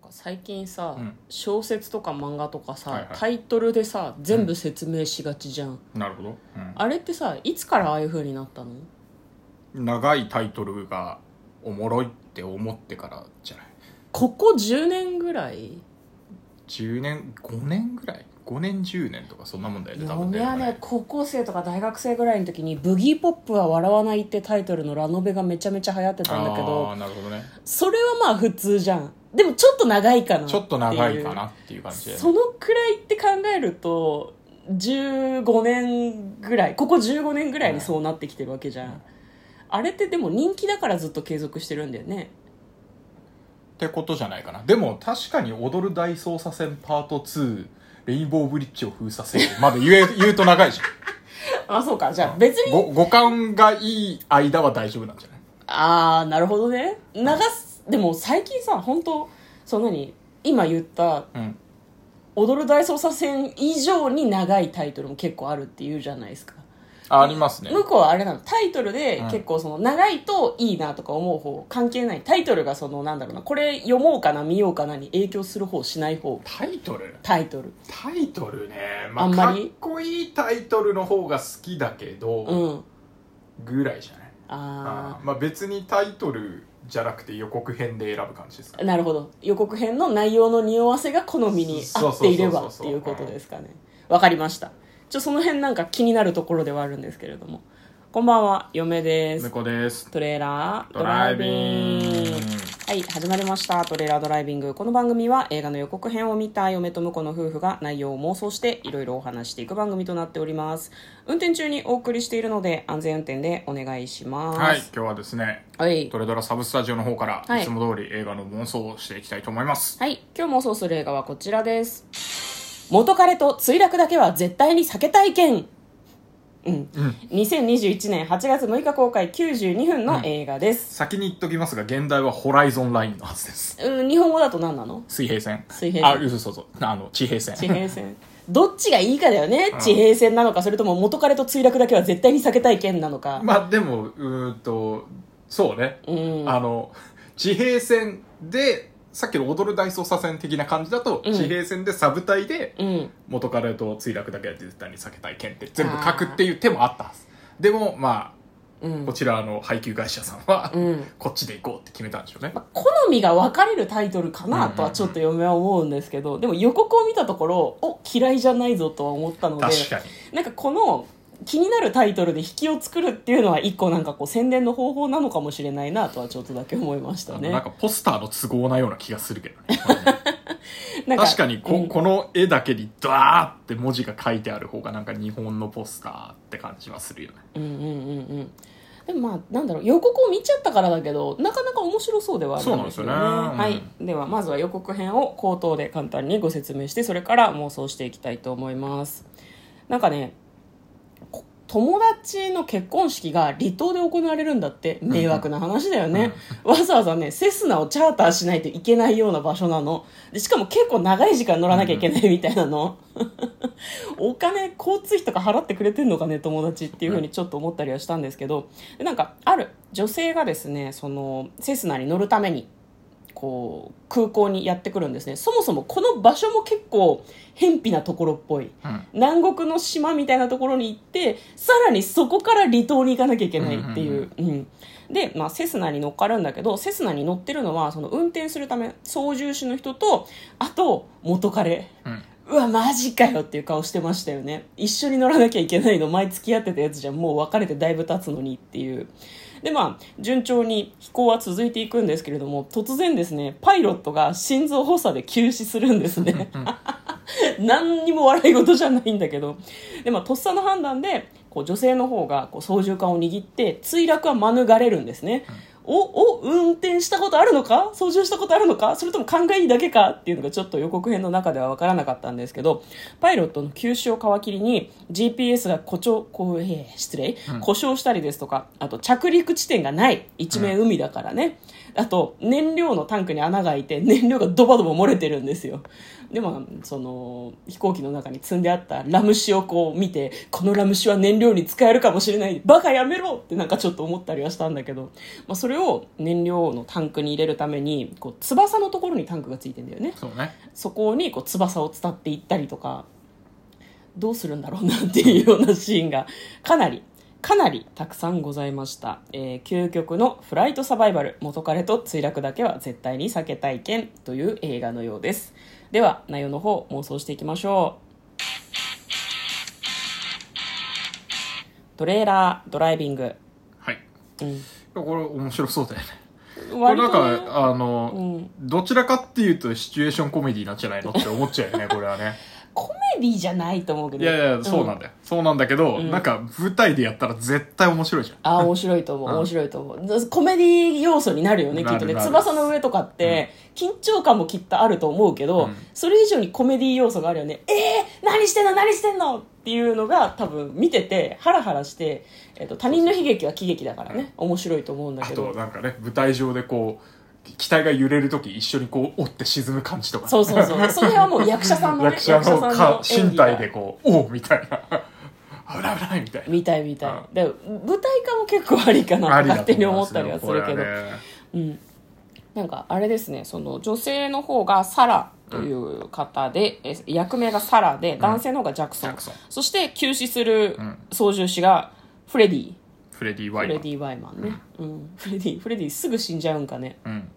か最近さ、うん小説とか漫画とかさ、はいはいタイトルでさ全部説明しがちじゃん、なるほど、あれってさいつからああいう風になったのうん、長いタイトルがおもろいって思ってからじゃないここ10年ぐらい10年5年ぐらい5年10年とかそんなもんだよね多分嫁はね高校生とか大学生ぐらいの時に「ブギーポップは笑わない」ってタイトルのラノベがめちゃめちゃ流行ってたんだけああどーなるほどねそれはまあ普通じゃんでもちょっと長いかなちょっと長いかなっていう感じでそのくらいって考えると15年ぐらいここ15年ぐらいにそうなってきてるわけじゃん、うんあれってでも人気だからずっと継続してるんだよねってことじゃないかなでも確かに「踊る大捜査線パート2レインボーブリッジを封鎖せよ」まで言え 言うと長いじあそうかじゃゃあん別にご五感がいい間は大丈夫なんじゃないああなるほどね流すでも最近さ本当その何今言ったうん「踊る大捜査線」以上に長いタイトルも結構あるっていうじゃないですかあありますね向こうはあれなのタイトルでうん結構その長いといいなとか思う方関係ないタイトルがそのなんだろうなこれ読もうかな見ようかなに影響する方しない方タイトルタイトルタイトルね、まあ、あんまりかっこいいタイトルの方が好きだけど、うんぐらいじゃないああーまあ別にタイトルじゃなくて予告編で選ぶ感じですかあなるほど予告編の内容の匂わせが好みに合っていればっていうことですかねわかりましたちょその辺なんか気になるところではあるんですけれどもこんばんは嫁ですこですトレーラードドライビングはい始まりました「トレーラードライビング」この番組は映画の予告編を見た嫁と婿の夫婦が内容を妄想していろいろお話していく番組となっております運転中にお送りしているので安全運転でお願いしますはい今日はですねはいトレドラサブスタジオの方から、はいい、つも通り映画の妄想をしていきたいと思いますはい、今日妄想する映画はこちらです元彼と墜落だけは絶対に避けたい件うん、2021年8月6日公開92分の映画です、先に言っときますが現代はホライゾンラインのはずですうん、日本語だと何なの水平線水平線あ嘘そうそうあの地平線地平線どっちがいいかだよね地平線なのかそれとも元彼と墜落だけは絶対に避けたい件なのか、まあでもうーんとそうね、うんあの地平線でさっきの踊る大捜査線的な感じだと、うん地平線でサブ隊でうん元彼と墜落だけは絶対に避けたい件って全部書くっていう手もあったはずでもまうあんこちらの配給会社さんは、うんこっちで行こうって決めたんでしょうね、まあ好みが分かれるタイトルかなとはちょっと嫁は思うんですけどでも予告を見たところお嫌いじゃないぞとは思ったので確かになんかこの気になるタイトルで引きを作るっていうのは一個なんかこう宣伝の方法なのかもしれないなとはちょっとだけ思いましたね。なんかポスターの都合なような気がするけどね なん確かにこ,、うんこの絵だけにダーって文字が書いてある方がなんか日本のポスターって感じはするよねうんうんうんうん。でもまあなんだろう予告を見ちゃったからだけどなかなか面白そうではあるんですよねそうなんですよねはい、ではまずは予告編を口頭で簡単にご説明してそれから妄想していきたいと思いますなんかねこ友達の結婚式が離島で行われるんだって迷惑な話だよね、わざわざねセスナをチャーターしないといけないような場所なのでしかも結構長い時間乗らなきゃいけないみたいなの、お金交通費とか払ってくれてんのかね友達っていうふうにちょっと思ったりはしたんですけどでなんかある女性がですねそのセスナに乗るためにこう空港にやってくるんですねそもそもこの場所も結構偏僻なところっぽいうん南国の島みたいなところに行ってさらにそこから離島に行かなきゃいけないっていう、うんで、まあ、セスナに乗っかるんだけどセスナに乗ってるのはその運転するため操縦士の人とあと元彼うんうわマジかよっていう顔してましたよね一緒に乗らなきゃいけないの前付き合ってたやつじゃんもう別れてだいぶ経つのにっていうでまあ順調に飛行は続いていくんですけれども突然ですねパイロットが心臓発作で急死するんですね 何にも笑い事じゃないんだけどでまあとっさの判断でこう女性の方がこう操縦桿を握って墜落は免れるんですね、おお運転したことあるのか操縦したことあるのかそれとも勘がいいだけかっていうのがちょっと予告編の中では分からなかったんですけどパイロットの急死を皮切りに GPS が故障こう、えー失礼故障したりですとかあと着陸地点がない一面海だからね、あと燃料のタンクに穴が開いて燃料がドバドバ漏れてるんですよでもその飛行機の中に積んであったラム酒をこう見てこのラム酒は燃料に使えるかもしれないバカやめろってなんかちょっと思ったりはしたんだけど、まあ、それを燃料のタンクに入れるためにこう翼のところにタンクがついてんだよねそうねそこにこう翼を伝っていったりとかどうするんだろうなっていうようなシーンがかなりかなりたくさんございました、えー究極のフライトサバイバル元彼と墜落だけは絶対に避けたい件という映画のようですでは内容の方妄想していきましょうトレーラードライビング、はいういん、やこれ面白そうだよねこれ割なとんねかあの、うんどちらかっていうとシチュエーションコメディなんじゃないのって思っちゃう よねこれはねコメディじゃないと思うけいどやいやそうなんだよ、そうなんだけど、なんか舞台でやったら絶対面白いじゃん ああ、面白いと思う、うん面白いと思う。コメディ要素になるよね、きなるっとね。なる翼の上とかって、緊張感もきっとあると思うけど、うんそれ以上にコメディ要素があるよね。えー、何してんの何してんのっていうのが多分見てて、ハラハラして、えっ、と、他人の悲劇は喜劇だからね、面白いと思うんだあけとど。なんかね舞台上でこう機体が揺れる時一緒にこう折って沈む感じとかそうそう そう。それはもう役者さんのね、役者のか役者さんの演身技が体でこう「おう」みたいな 「危ない危ない」みたい見たい見たい。うんで、舞台化も結構ありかななと勝手に思ったりはするけどありだと思いますよこれ。はねうん、なんかあれですねその女性の方がサラという方で、え役名がサラで男性の方がジャクソン,、ジャクソンそして急死するうん操縦士がフレディ、フレディ・フワイマレンディ・ワイマンね、うん、フレディフレディすぐ死んじゃうんかねうん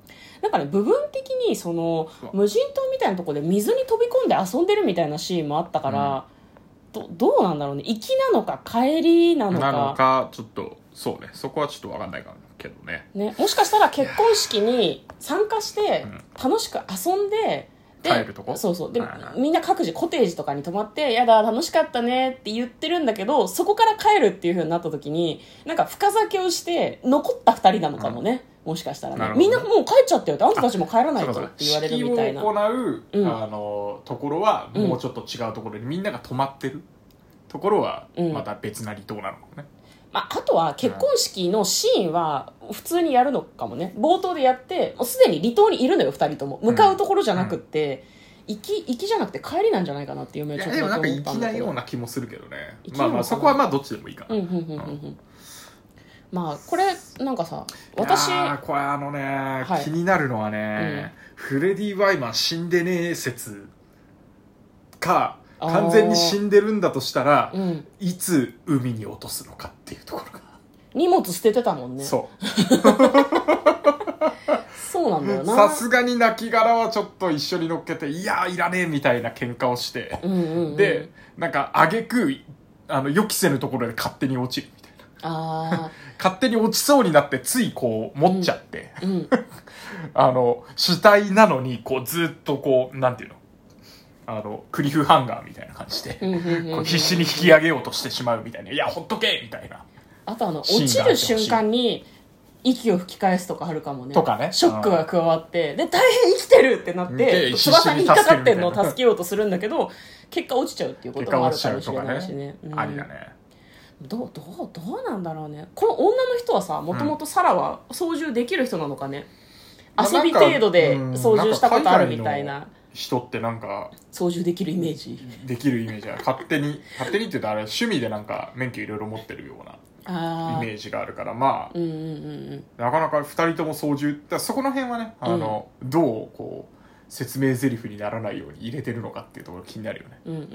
なんかね部分的にそのそう無人島みたいなところで水に飛び込んで遊んでるみたいなシーンもあったから、どどうなんだろうね行きなのか帰りなのかなのかちょっとそうねそこはちょっと分かんないかもけどねね、もしかしたら結婚式に参加して楽しく遊んでで帰るとこそうそうではいはいみんな各自コテージとかに泊まって「やだ楽しかったね」って言ってるんだけどそこから帰るっていうふうになった時になんか深酒をして残った2人なのかもね、もしかしたらねなるほどみんねなもう帰っちゃったよってあんたたちも帰らないとって言われるみたいな式を行う、うんあのところはうんもうちょっと違うところで、みんなが泊まってるところはうんまた別な離島なのかもね、まあ、あとは結婚式のシーンは普通にやるのかもね冒頭でやってもうすでに離島にいるのよ2人とも向かうところじゃなくって、行き行きじゃなくて帰りなんじゃないかなっていう夢いはちょやっとでもだなけんか思ったん行きなだけようどな気もするけどね行きなまよあうなまあそこはまあどっちでもいいかな、うんうんうんうんうんまあこれなんかさ私いやーこれあのね、はい気になるのはね、フレディ・ワイマン死んでねえ説かあー完全に死んでるんだとしたらうん、いつ海に落とすのかっていうところが、荷物捨ててたもんねそうそなんだようなさすがに亡骸はちょっと一緒に乗っけていやーいらねえみたいな喧嘩をして、うんうん、うん、でなんか挙句あの予期せぬところで勝手に落ちるみたいなあ勝手に落ちそうになってついこう持っちゃって、あうんあの、主体なのに、こう、ずっとこう、なんていうのあの、クリフハンガーみたいな感じで、うんうんうん こううん必死に引き上げようとしてしまうみたいな。いや、ほっとけみたいな。あとあのシー落ンちがあってるほしい瞬間に息を吹き返すとかあるかもねとかねショックが加わってで大変生きてるってなっでて必死に翼に引っかかってんのを助けるみたいな助けようとするんだけど結果落ちちゃうっていうこと結果もあ落るちちかゃもしうとれかないしねね。うんありだね。どうどうどうなんだろうねこの女の人はさもともとサラは操縦できる人なのかね、まあ遊びなんか程度でうん操縦したことあるみたいなんな人ってなんか、操縦できるイメージできるイメージが、勝手に、勝手にって言うとあれ、趣味でなんか、免許いろいろ持ってるようなあイあメージがあるから、まあ、うんうんうんうんなかなか二人とも操縦、だからそこの辺はね、あの、どう、こう、説明台詞にならないように入れてるのかっていうところ気になるよね。うんうんうんう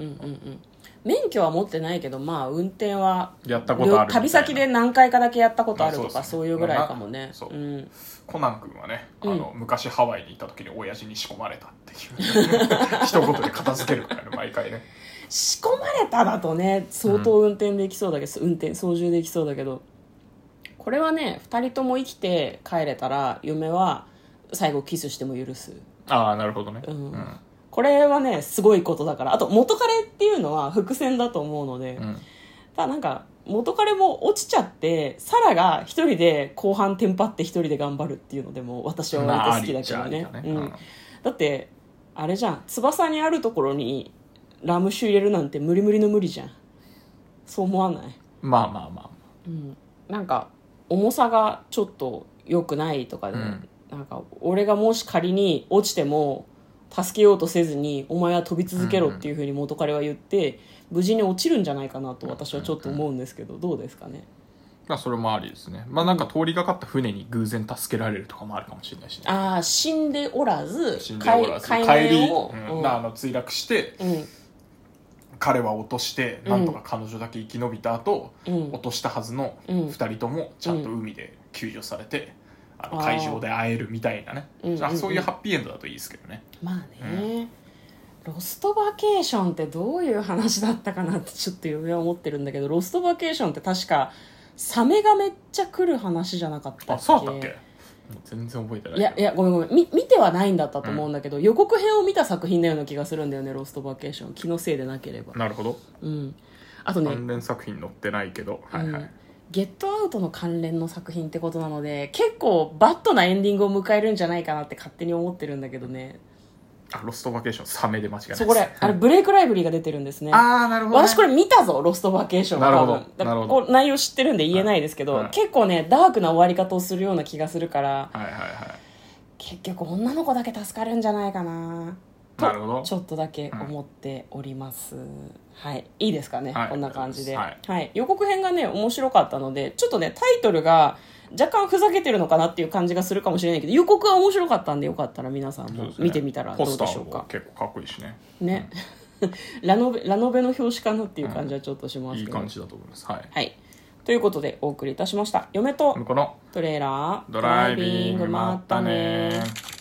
ん免許は持ってないけどまあ運転はやったことあるみたいな旅先で何回かだけやったことあるとまあかそそううですねいうぐらいかもねそううんコナン君はね、うんあの昔ハワイに行った時に親父に仕込まれたっ ていう一言で片付けるからね毎回ね仕込まれただとね相当運転できそうだけど、運転操縦できそうだけどこれはね2人とも生きて帰れたら嫁は最後キスしても許すああなるほどねうんうんこれはねすごいことだからあと元彼っていうのは伏線だと思うので、うんただなんか元彼も落ちちゃってサラが一人で後半テンパって一人で頑張るっていうのでも私はま割ああと好きりだっけちゃどありねだねううんん、だってあれじゃん翼にあるところにラム酒入れるなんて無理無理の無理じゃんそう思わない、まあまあまうん、なんか重さがちょっと良くないとかで、うんなんか俺がもし仮に落ちても助けようとせずにお前は飛び続けろっていうふうに元彼は言って無事に落ちるんじゃないかなと私はちょっと思うんですけどどうですかねまあそれもありですねまあなんか通りがかった船に偶然助けられるとかもあるかもしれないしねああ死んでおらず死んでおらず帰海り、面を、うんうんあの墜落してうん彼は落としてなんとか彼女だけ生き延びた後、うん落としたはずのうん2人ともちゃんと海で救助されて、あのあー海上で会えるみたいなねうんうんうんあそういうハッピーエンドだといいですけどねまあね、ロストバケーションってどういう話だったかなってちょっと嫁は思ってるんだけどロストバケーションって確かサメがめっちゃ来る話じゃなかったっけあそうだったっけもう全然覚えてないいやいやごめんごめんみ見てはないんだったと思うんだけど、予告編を見た作品のような気がするんだよねロストバケーション気のせいでなければなるほどうんあとね、関連作品載ってないけど、はいはうんい、ゲットアウトの関連の作品ってことなので結構バッドなエンディングを迎えるんじゃないかなって勝手に思ってるんだけどねあロストバケーションサメで間違いないそうこれあれブレイクライブリーが出てるんですね ああなるほど、ね、私これ見たぞロストバケーションなるほど多分だからなるほこう内容知ってるんで言えないですけど、はいはい結構ねダークな終わり方をするような気がするからはいはいはい結局女の子だけ助かるんじゃないかなとなるほどちょっとだけ思っております、はいいいですかね、はいこんな感じで、ははいい予告編がね面白かったのでちょっとねタイトルが若干ふざけてるのかなっていう感じがするかもしれないけど予告は面白かったんでよかったら皆さんそうもですね見てみたらどうでしょうポスターもか結構かっこいいしねね、 ラノベラノベの表紙かなっていう感じはちょっとしますいいけど、感じだと思いますはいはい。ということでお送りいたしました。嫁と向こうのトレーラー、ドライビングまったねドライビングまったねー